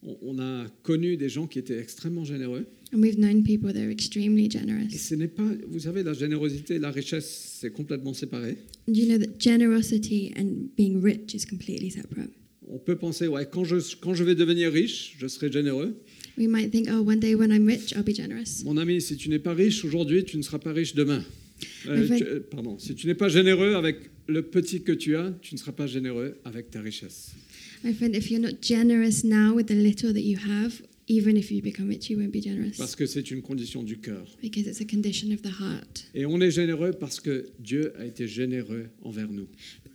on on a connu des gens qui étaient extrêmement généreux. And we've known people that are extremely Et generous. ce n'est pas, vous savez, la générosité et la richesse, c'est complètement séparé. And you know that generosity and being rich is completely separate. On peut penser, ouais, quand je, quand je vais devenir riche, je serai généreux. We might think, oh, one day when I'm rich, I'll be generous. Mon ami, si tu n'es pas riche aujourd'hui, tu ne seras pas riche demain. Euh, En fait- tu- euh, pardon, si tu n'es pas généreux avec le petit que tu as, tu ne seras pas généreux avec ta richesse. My friend, if you're not generous now with the little that you have, even if you become rich, you won't be Parce generous que c'est une condition du cœur. because it's a condition of the heart. Et on est généreux parce que Dieu a été généreux envers nous.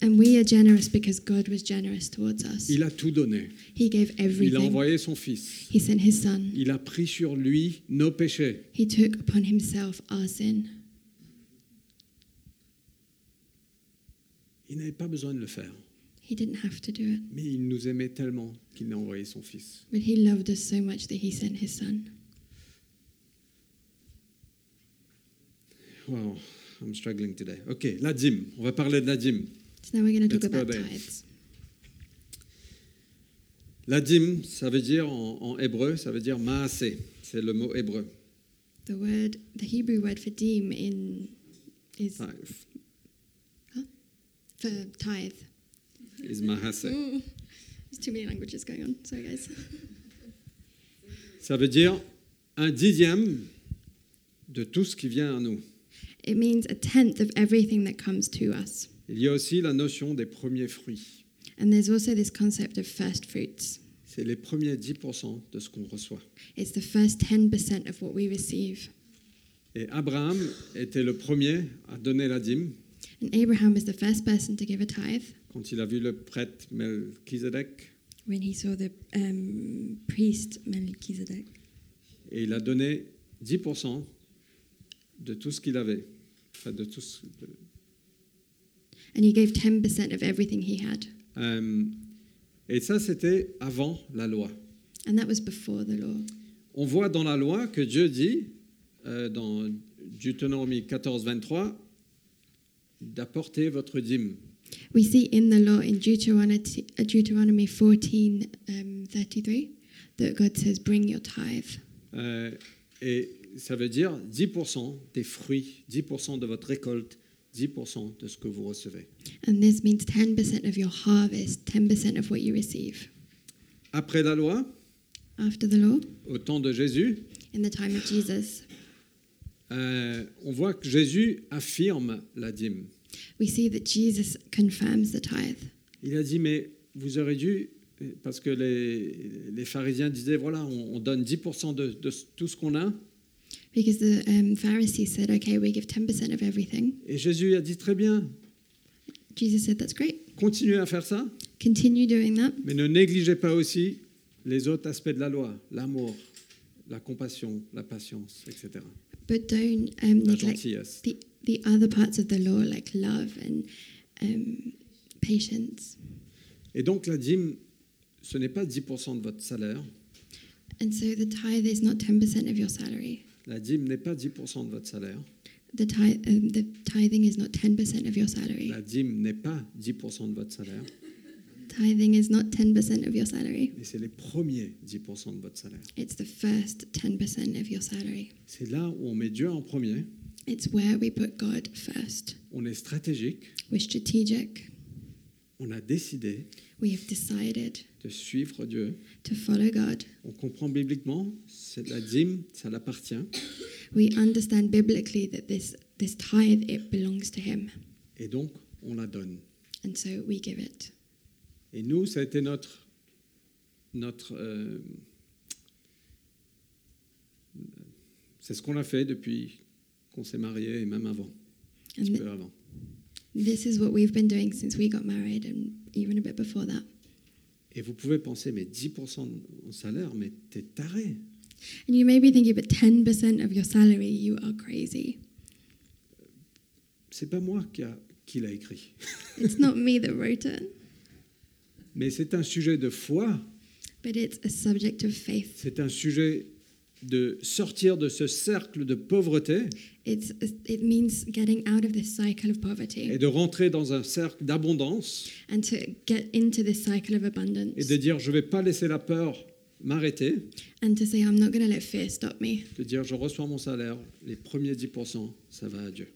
And we are generous because God was generous towards us. Il a tout donné. He gave Il a everything. envoyé son Fils. He sent his son. Il a pris sur lui nos péchés. He took upon himself our sin. Il n'avait pas besoin de le faire. He didn't have to do it, Mais il nous aimait tellement qu'il a envoyé son Fils. but he loved us so much that he sent his son. Wow, I'm struggling today. OK, la dîme. On va parler de la dîme. So now we're going to talk Let's go about there. tithes. La dîme, ça veut dire en, en hébreu, ça veut dire maasé. C'est le mot hébreu. The word, the Hebrew word for deem in is Ah, for tithe. Is maasé. Ooh, there's too many languages going on. Sorry, guys. Ça veut dire un dixième de tout ce qui vient à nous. It means a tenth of everything that comes to us. Il y a aussi la notion des premiers fruits. And there's also this concept of first fruits. C'est les premiers 10% de ce qu'on reçoit. It's the first 10% of what we receive. Et Abraham était le premier à donner la dîme And Abraham is the first person to give a tithe. quand il a vu le prêtre Melchizedek When he saw the um, priest Melchizedek, et il a donné 10% de tout ce qu'il avait. Enfin, de tout ce- de- and he gave 10% of everything he had. Euh, Et ça, c'était avant la loi. And that was before the law. On voit dans la loi que Dieu dit, euh, dans Deutéronomie 14, 23, d'apporter votre dîme. We see in the law in Deuteronomy, uh, Deuteronomy 14 um, 33 that God says, Bring your tithe. Euh, et ça veut dire 10% des fruits, 10% de votre récolte, 10% de ce que vous recevez. And this means 10% of your harvest, 10% of what you receive. Après la loi, After the law, au temps de Jésus, in the time of Jesus, euh, on voit que Jésus affirme la dîme. we see that Jesus confirms the tithe. Il a dit, mais vous aurez dû, parce que les, les pharisiens disaient, voilà, on, on donne 10% de, de tout ce qu'on a. Because the um, Pharisees said, Okay, we give 10% of everything. Et Jésus a dit, très bien, Jesus said, That's great. continuez à faire ça, Continue doing that, mais ne négligez pas aussi les autres aspects de la loi, l'amour, la compassion, la patience, etc. but don't um, La neglect gentillesse. the, the other parts of the law, like love and um, patience. Et donc la dîme, ce n'est pas 10% de votre salaire, And so the tithe is not 10% of your salary. la dîme n'est pas 10% de votre salaire, The, tithe, um, the tithing is not 10% of your salary. la dîme n'est pas 10% de votre salaire, Tithing is not 10% of your salary. mais c'est les premiers 10% de votre salaire. It's the first 10% of your salary. C'est là où on met Dieu en premier, It's where we put God first. on est stratégique, We're strategic. on a décidé We have decided de suivre Dieu. to follow God. On comprend bibliquement, c'est la dîme, ça l'appartient. We understand biblically that this, this tithe, it belongs to Him. Et donc, on la donne. And so we give it. Et nous, ça a été notre, notre euh, c'est ce qu'on a fait depuis qu'on s'est marié et même avant, un And petit th- peu avant. this is what we've been doing since we got married and even a bit before that. Et vous pouvez penser, mais 10% de mon salaire, mais t'es taré. And you may be thinking, but 10% of your salary, you are crazy. C'est pas moi qui, a- qui l'a écrit. It's not me that wrote it, Mais c'est un sujet de foi, but it's a subject of faith. c'est un sujet de sortir de ce cercle de pauvreté It's it means getting out of this cycle of et poverty de rentrer dans un cercle d'abondance and to get into this cycle of abundance et de dire, je vais pas laisser la peur m'arrêter. and to say I'm not going to let fear stop me. de dire je reçois mon salaire, les premiers 10%, ça va à Dieu.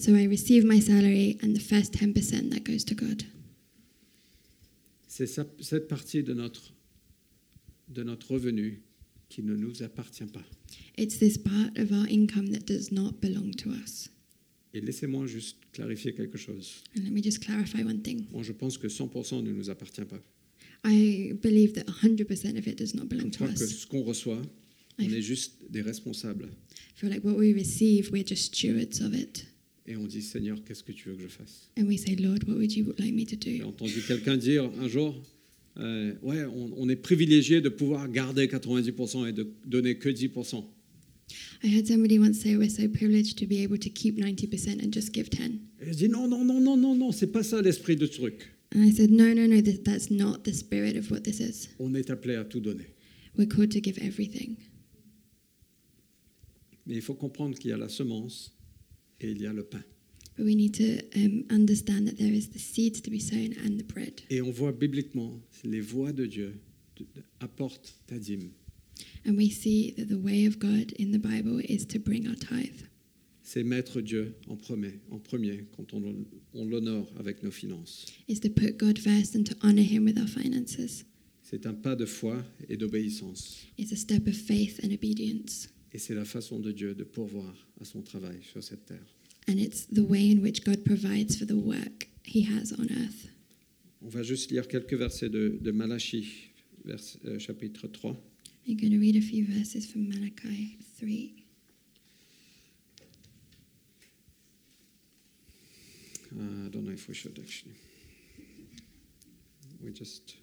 So I receive my salary and the first 10% that goes to God. C'est ça- cette partie de notre, de notre revenu qui ne nous appartient pas. It's this part of our income that does not belong to us. Et laissez-moi juste clarifier quelque chose. And let me just clarify one thing. Moi, je pense que 100% ne nous appartient pas. I believe that 100% of it does not Je belong to crois que us. ce qu'on reçoit, on I est juste des responsables. feel like what we receive, we're just stewards of it. Et on dit, Seigneur, qu'est-ce que tu veux que je fasse And we say, Lord, what would you like me to J'ai do? entendu quelqu'un dire un jour, euh, ouais, on, on est privilégié de pouvoir garder 90% et de donner que 10%. I heard somebody once say we're so privileged to be able to keep 90% and just give 10. Et je dis, non, non, non, non, non, non, c'est pas ça l'esprit de truc. And I said, no, no, no, that, that's not the spirit of what this is. On est appelé à tout donner. We're called to give everything. Mais il faut comprendre qu'il y a la semence et il y a le pain. But we need to um, understand that there is the seeds to be sown and the bread. Et on voit bibliquement les voies de Dieu de- de- apportent ta dîme. And we see that the way of God in the Bible is to bring our tithe. C'est mettre Dieu en premier, en premier quand on, on l'honore avec nos finances. is to put God first and to honor Him with our finances. C'est un pas de foi et d'obéissance. It's a step of faith and obedience. Et c'est la façon de Dieu de pourvoir à son travail sur cette terre. And it's the way in which God provides for the work He has on earth. On va juste lire quelques versets de, de Malachie, vers- euh, chapitre 3. I'm going to read a few verses from Malachi 3. Uh, I don't know if we should actually. We just.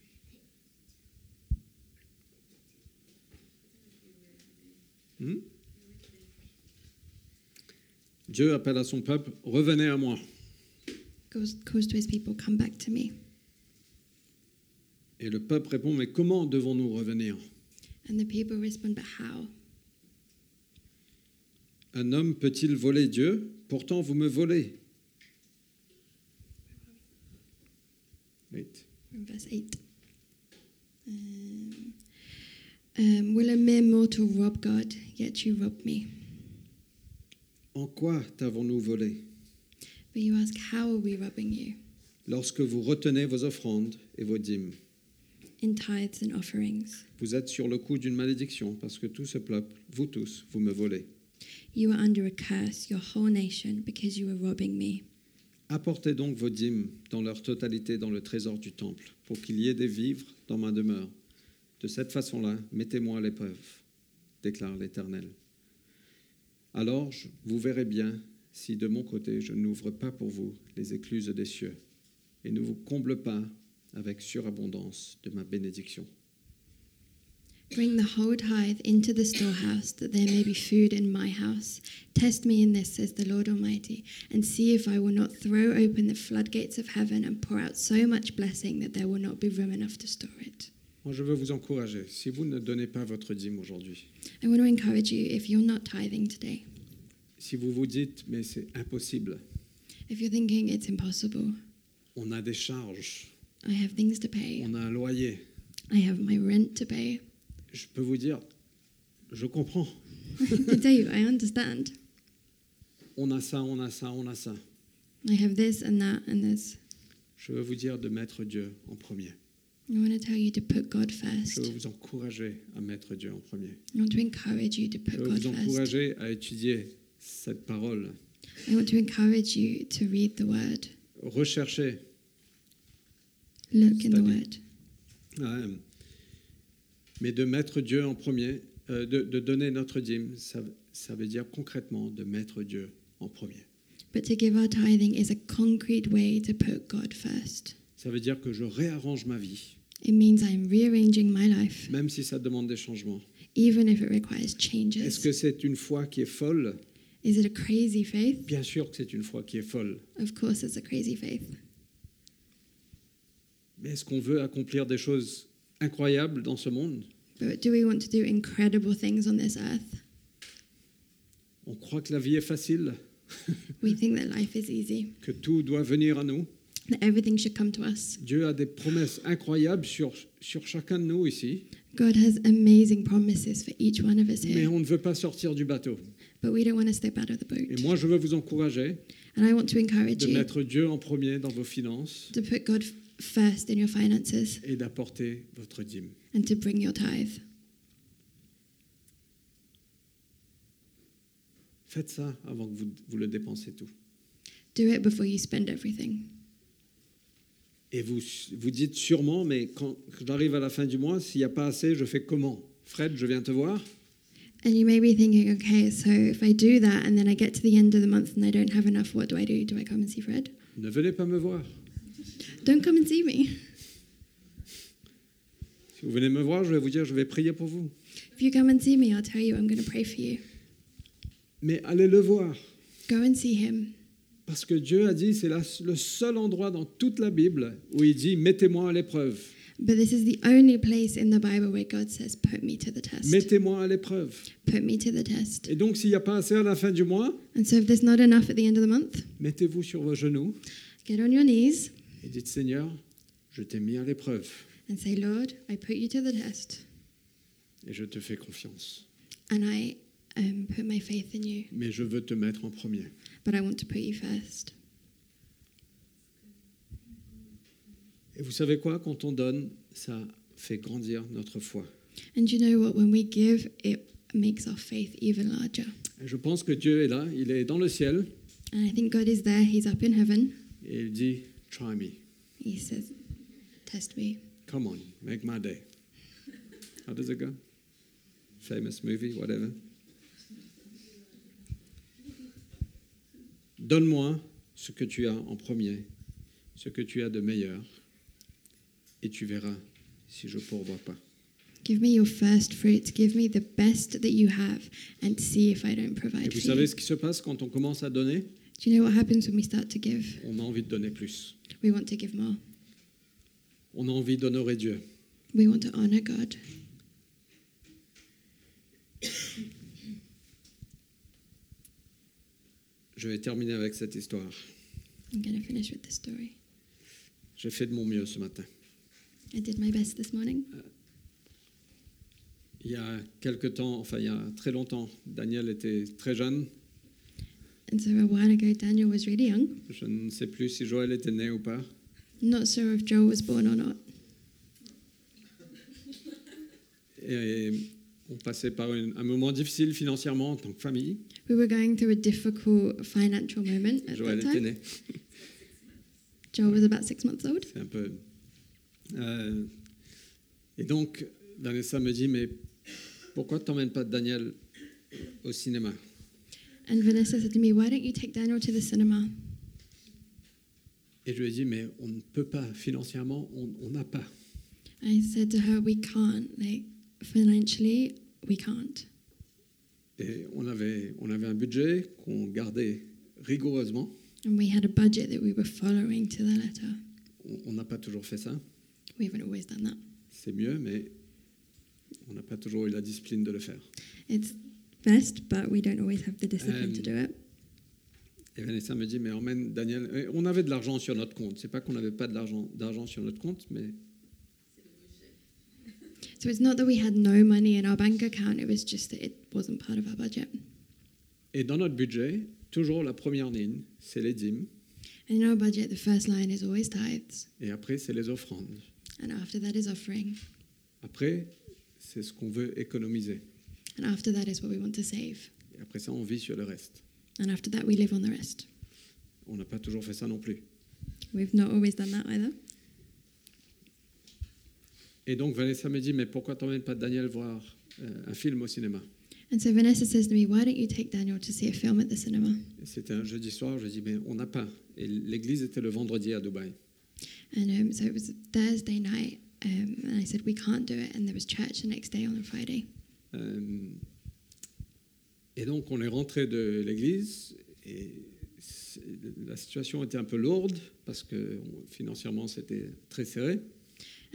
Hmm? Dieu appelle à son peuple Revenez à moi. Goes, calls to His people, Come back to me. Et le peuple répond, mais comment devons-nous revenir And the people respond, But how? Un homme peut-il voler Dieu Pourtant, vous me volez. Eight. We're in verse 8. Um, um, Will a mere mortal rob God? Yet you rob me. En quoi t'avons-nous volé But you ask, How are we robbing you? Lorsque vous retenez vos offrandes et vos dîmes, In tithes and offerings. vous êtes sur le coup d'une malédiction, parce que tout ce peuple, vous tous, vous me volez. You are under a curse, your whole nation, because you are robbing me. Apportez donc vos dîmes dans leur totalité dans le trésor du temple, pour qu'il y ait des vivres dans ma demeure. De cette façon-là, mettez-moi à l'épreuve, déclare l'Éternel. Alors je- vous verrez bien si de mon côté je n'ouvre pas pour vous les écluses des cieux, et ne vous comble pas avec surabondance de ma bénédiction. Bring the whole tithe into the storehouse, that there may be food in my house. Test me in this, says the Lord Almighty, and see if I will not throw open the floodgates of heaven and pour out so much blessing that there will not be room enough to store it. Moi, je veux vous encourager, si vous ne donnez pas votre dîme aujourd'hui, I want to encourage you if you're not tithing today, si vous vous dites, mais c'est impossible, if you're thinking it's impossible, on a des charges, I have things to pay, on a un loyer, I have my rent to pay. je peux vous dire, je comprends. I can tell you, I understand. On a ça, on a ça, on a ça. I have this and that and this. Je veux vous dire de mettre Dieu en premier. I want to tell you to put God Je first. veux vous encourager à mettre Dieu en premier. I want to encourage you to Je put veux God vous first. encourager à étudier cette parole. I want to encourage you to read the word, Rechercher. look in the Study. word, euh, mais de mettre Dieu en premier, euh, de, de donner notre dîme, ça, ça veut dire concrètement de mettre Dieu en premier. but to give our tithing is a concrete way to put God first. Ça veut dire que je réarrange ma vie, It means I'm rearranging my life, même si ça demande des changements. even if it requires Est-ce changes. que c'est une foi qui est folle Is it a crazy faith? Bien sûr que c'est une foi qui est folle. Of course, it's a crazy faith. Mais est-ce qu'on veut accomplir des choses incroyables dans ce monde But do we want to do incredible things on this earth? On croit que la vie est facile, We think that life is easy, que tout doit venir à nous. that everything should come to us. Dieu a des promesses incroyables sur, sur chacun de nous ici, God has amazing promises for each one of us mais here, on ne veut pas sortir du bateau. but we don't want to step out of the Et boat. moi, je veux vous encourager And I want to encourage de you mettre Dieu en premier dans vos finances to put God f- first in your finances et d'apporter votre dîme. and to bring your tithe. Faites ça avant que vous, vous le dépensez tout. Do it before you spend everything. Et vous vous dites sûrement, mais quand j'arrive à la fin du mois, s'il n'y a pas assez, je fais comment Fred, je viens te voir. And you may be thinking, okay, so if I do that and then I get to the end of the month and I don't have enough, what do I do? Do I come and see Fred? Ne venez pas me voir. Don't come and see me. Si vous venez me voir, je vais vous dire, je vais prier pour vous. If you come and see me, I'll tell you I'm going to pray for you. Mais allez le voir. Go and see him Parce que Dieu a dit, c'est la- le seul endroit dans toute la Bible où il dit, mettez-moi à l'épreuve, But this is the only place in the Bible where God says, put me to the test. mettez-moi à l'épreuve. Put me to the test. Et donc, s'il n'y a pas assez à la fin du mois, And so if there's not enough at the end of the month, mettez-vous sur vos genoux get on your knees et dites, Seigneur, je t'ai mis à l'épreuve and say, Lord, I put you to the test et je te fais confiance. and I um, put my faith in you, Mais je veux te mettre en premier. but I want to put you first. Et vous savez quoi Quand on donne, ça fait grandir notre foi. And you know what? When we give, it makes our faith even larger. Et je pense que Dieu est là, il est dans le ciel And I think God is there. He's up in heaven. et il dit, try me, He says, Test me. come on, make my day. How does it go? Famous movie, whatever. Donne-moi ce que tu as en premier, ce que tu as de meilleur, et tu verras si je pourvois pas. Give me your first fruits. Give me the best that you have and see if I Et don't provide vous for savez you. ce qui se passe quand on commence à donner Do you know what happens when we start to give? On a envie de donner plus. We want to give more. On a envie d'honorer Dieu. We want to honor God. Je vais terminer avec cette histoire. I'm going to finish with this story. J'ai fait de mon mieux ce matin. I did my best this morning. Il y a quelque temps, enfin il y a très longtemps, Daniel était très jeune. And so a while ago, Daniel was really young. Je ne sais plus si Joël était né ou pas. Not sure if Joel was born or not. Et on passait par une- un moment difficile financièrement en tant que famille. We were going through a difficult financial moment at Joël that était time. né. Joel was about six months old. C'est un peu. Euh, et donc, Vanessa me dit Mais pourquoi t'emmènes pas Daniel au cinéma And Vanessa said to me, Why don't you take Daniel to the cinema? Et je lui ai dit Mais on ne peut pas, financièrement, on on n'a pas. I said to her, We can't. Like, financially, we can't. Et on avait, on avait un budget qu'on gardait rigoureusement. And we had a budget that we were following to the letter. On on n'a pas toujours fait ça, We haven't always done that. c'est mieux, mais on n'a pas toujours eu la discipline de le faire. It's best, but we don't always have the discipline Um, to do it. Et Vanessa me dit, mais emmène Daniel. Et on avait de l'argent sur notre compte. C'est pas qu'on n'avait pas de l'argent- d'argent sur notre compte, mais So it's not that we had no money in our bank account, it was just that it wasn't part of our budget. et dans notre budget, toujours la première ligne, c'est les dîmes, And in our budget, the first line is always tithes, et après c'est les offrandes. and after that is offering, Après, c'est ce qu'on veut économiser. and after that is what we want to save, Et après ça, on vit sur le reste. and after that, we live on the rest. On n'a pas toujours fait ça non plus. We've not always done that either. Et donc Vanessa me dit, mais pourquoi t'emmènes pas Daniel voir euh, un film au cinéma And so Vanessa says to me, Why don't you take Daniel to see a film at the cinema? Et C'était un jeudi soir, je dis, mais on n'a pas. Et l'église était le vendredi à Dubaï. And um, so it was Thursday night, um, and I said, We can't do it. And there was church the next day on a Friday. Euh, et donc on est rentré de l'église et c'est- la situation était un peu lourde parce que on- financièrement c'était très serré,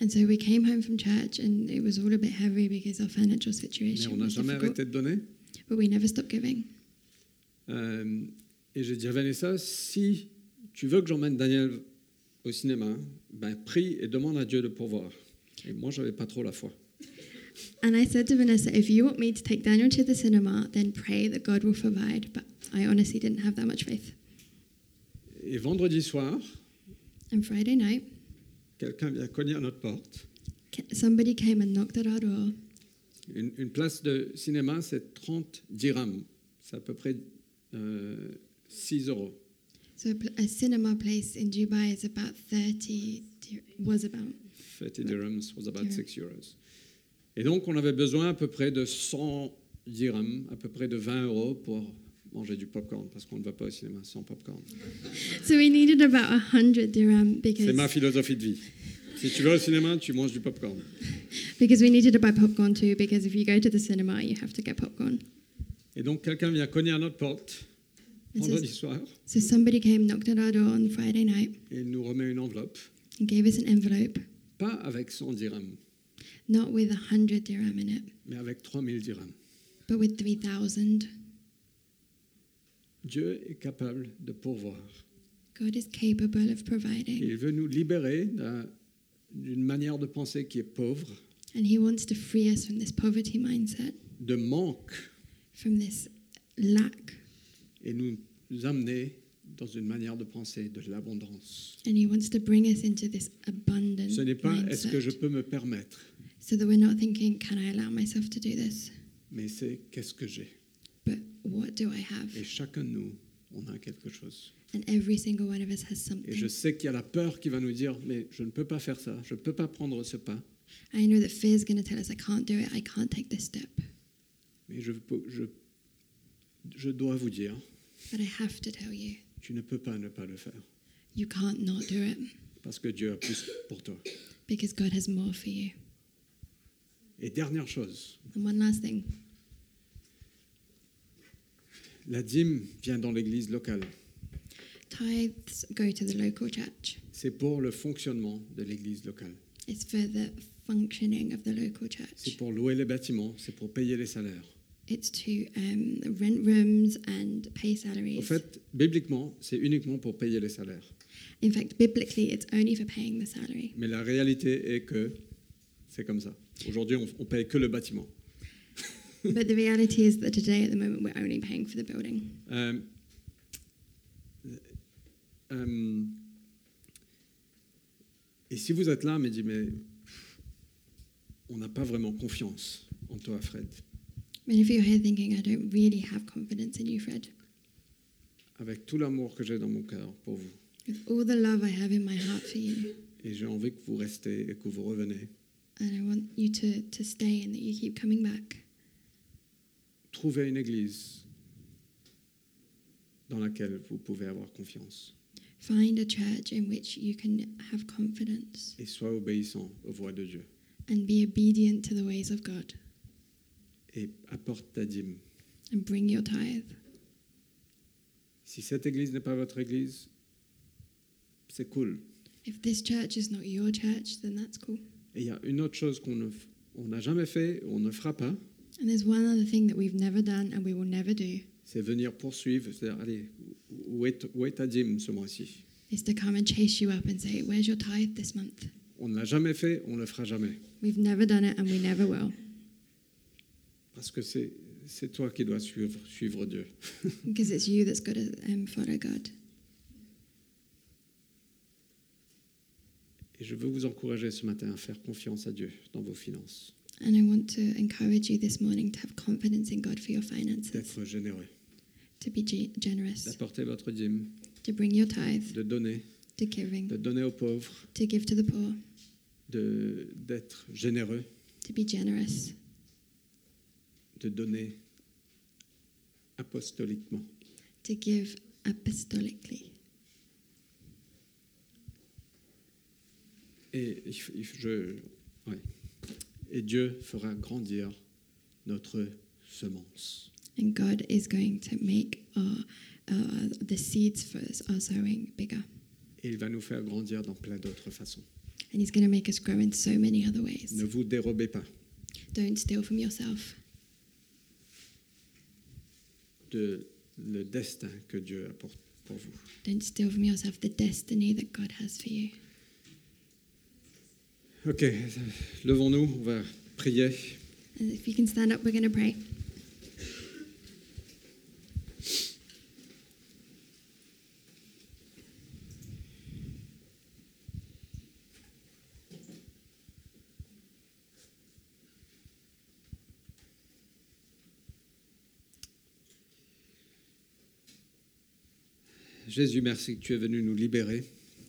And so we came home from church, and it was all a bit heavy because our mais financial situation on n'a was jamais difficult. arrêté de donner. But we never stopped giving. Euh, et j'ai dit à Vanessa, si tu veux que j'emmène Daniel au cinéma, ben prie et demande à Dieu de pourvoir. Et moi j'avais pas trop la foi. And I said to Vanessa, if you want me to take Daniel to the cinema, then pray that God will provide. But I honestly didn't have that much faith. Et vendredi soir, And Friday night, quelqu'un vient cogner à notre porte. ca- somebody came and knocked at our door. Une, une place de cinéma, c'est 30 dirhams. C'est à peu près euh, 6 euros. So a, pl- a cinema place in Dubai is about 30, dir- was about. 30 dirhams was about Dirhams. 6 euros. Et donc, on avait besoin à peu près de 100 dirhams, à peu près de 20 euros pour manger du popcorn, parce qu'on ne va pas au cinéma sans popcorn. So we needed about 100 dirham C'est ma because, philosophie de vie. Si tu vas au cinéma, tu manges du popcorn. because we needed to buy popcorn too. Because if you go to the cinema, you have to get popcorn. Et donc, quelqu'un vient cogner à notre porte And so- vendredi soir So somebody came, knocked at our door on Friday night, et il nous remet une enveloppe, and gave us an envelope, pas avec 100 dirhams, not with 100 dirham in it, mais avec 3000 dirhams. but with 3,000. Dieu est capable de pourvoir. God is capable of Et providing, Il veut nous libérer d'un- d'une manière de penser qui est pauvre, and He wants to free us from this poverty mindset, de manque, from this lack, et nous amener dans une manière de penser de l'abondance. and He wants to bring us into this abundant Ce n'est pas est-ce mindset. que je peux me permettre, So that we're not thinking, can I allow myself to do this? mais c'est qu'est-ce que j'ai. But what do I have? Et chacun de nous, on a quelque chose. And every single one of us has something. Et je sais qu'il y a la peur qui va nous dire, mais je ne peux pas faire ça, je ne peux pas prendre ce pas, I know that fear is going to tell us, I can't do it, I can't take this step. mais je, peux- je, je dois vous dire, But I have to tell you, tu ne peux pas ne pas le faire, you can't not do it parce que Dieu a plus pour toi. because God has more for you. Et dernière chose, And one last thing La dîme vient dans l'église locale. tithes go to the local church. C'est pour le fonctionnement de l'église locale. It's for the functioning of the local C'est church. pour louer les bâtiments, c'est pour payer les salaires. It's to um, rent rooms and pay En salaries. fait, bibliquement, c'est uniquement pour payer les salaires. In fact, biblically, it's only for paying the salary. Mais la réalité est que c'est comme ça. Aujourd'hui, on, on paye que le bâtiment. but the reality is that today, at the moment, we're only paying for the building. Euh, euh, et si vous êtes là, mais dit mais pff, on n'a pas vraiment confiance en toi, Fred. Many of you are here thinking, I don't really have confidence in you, Fred. Avec tout l'amour que j'ai dans mon cœur pour vous, With all the love I have in my heart for you, et j'ai envie que vous restez et que vous revenez, and I want you to, to stay and that you keep coming back. trouvez une église dans laquelle vous pouvez avoir confiance Find a church in which you can have confidence et sois obéissant aux voix de Dieu and be obedient to the ways of God et apporte ta dîme. and bring your tithe. Si cette église n'est pas votre église, c'est cool. If this church is not your church, then that's cool. Et il y a une autre chose qu'on ne f- on n'a jamais fait, on ne fera pas, And there's one other thing that we've never done and we will never do c'est venir poursuivre, c'est-à-dire, allez, où est, où est ta dîme ce mois-ci is to come and chase you up and say, Where's your tithe this month? On ne l'a jamais fait, on ne le fera jamais. We've never done it and we never will Parce que c'est c'est toi qui dois suivre, suivre Dieu. because it's you that's got to um, follow God. Et je veux vous encourager ce matin à faire confiance à Dieu dans vos finances, And I want to encourage you this morning to have confidence in God for your finances, d'être généreux, to be ge- generous, d'apporter votre dîme, to bring your tithe, de donner, to de giving, donner aux pauvres, to give to the poor, de- d'être généreux, to be generous, de donner apostoliquement. to give apostolically. Et, il f- il f- je- ouais. Et Dieu fera grandir notre semence. And God is going to make our, uh, the seeds for us, our sowing bigger. Et il va nous faire grandir dans plein d'autres façons. And He's going to make us grow in so many other ways. Ne vous dérobez pas Don't steal from yourself de le destin que Dieu apporte pour vous. Don't steal from yourself the destiny that God has for you. Ok, euh, levons-nous, on va prier. And if you can stand up, we're going to pray. Jésus, merci que tu es venu nous libérer.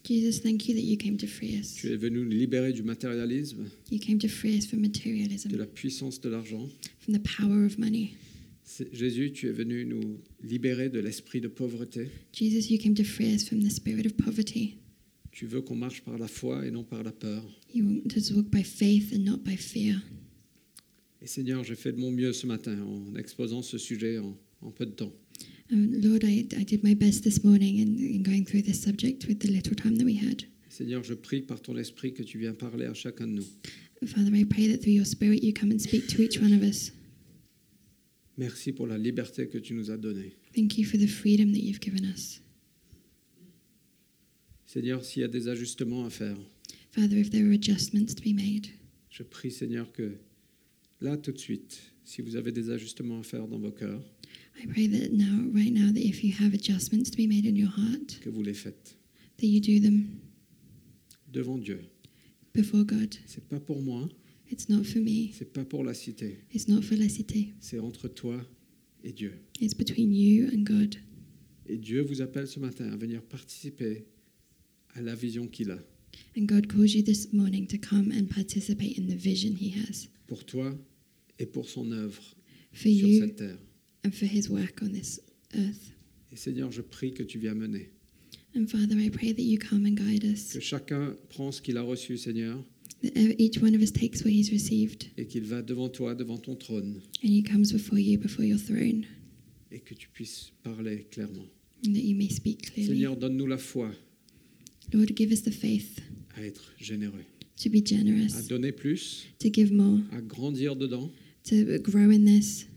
Jesus, thank you that you came to free us. Tu es venu nous libérer du matérialisme, You came to free us from de la materialism, puissance de l'argent. from the power of money. C'est- Jésus, tu es venu nous libérer de l'esprit de pauvreté. Jesus, you came to free us from the spirit of poverty. Tu veux qu'on marche par la foi et non par la peur. You want us to walk by faith and not by fear. Et Seigneur, j'ai fait de mon mieux ce matin en exposant ce sujet en, en peu de temps. And Um, Lord, I, I did my best this morning in, in going through this subject with the little time that we had. Seigneur, je prie par ton esprit que tu viens parler à chacun de nous. And Father, I pray that through your spirit you come and speak to each one of us. Merci pour la liberté que tu nous as donnée. Thank you for the freedom that you've given us. Seigneur, s'il y a des ajustements à faire, Father, if there are adjustments to be made, je prie, Seigneur, que là, tout de suite, si vous avez des ajustements à faire dans vos cœurs, I pray that now, right now, that if you have adjustments to be made in your heart, que vous les faites that you do them devant Dieu. before God. C'est pas pour moi, It's not for me. c'est pas pour la cité, It's not for La Cité. c'est entre toi et Dieu. It's between you and God. Et Dieu vous appelle ce matin à venir participer à la vision qu'il a And God calls you this morning to come and participate in the vision He has pour toi et pour son œuvre for sur you cette terre. and for His work on this earth. Et Seigneur, je prie que tu viens mener, And Father, I pray that you come and guide us, que chacun prend ce qu'il a reçu, Seigneur, that e- each one of us takes what He's received et qu'il va devant toi, devant ton trône, and He comes before you, before your throne, et que tu puisses parler clairement. and that you may speak clearly. Seigneur, donne-nous la foi Lord, give us the faith à être généreux, to be à generous, donner plus, to give more, à grandir dedans, to grow in this.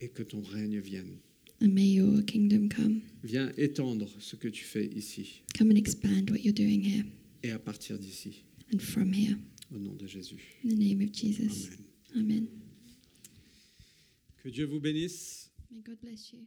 et que ton règne vienne. And may your kingdom come. Viens étendre ce que tu fais ici Come and expand what you're doing here et à partir d'ici, and from here. au nom de Jésus. In the name of Jesus. Amen. Amen. Que Dieu vous bénisse. May God bless you.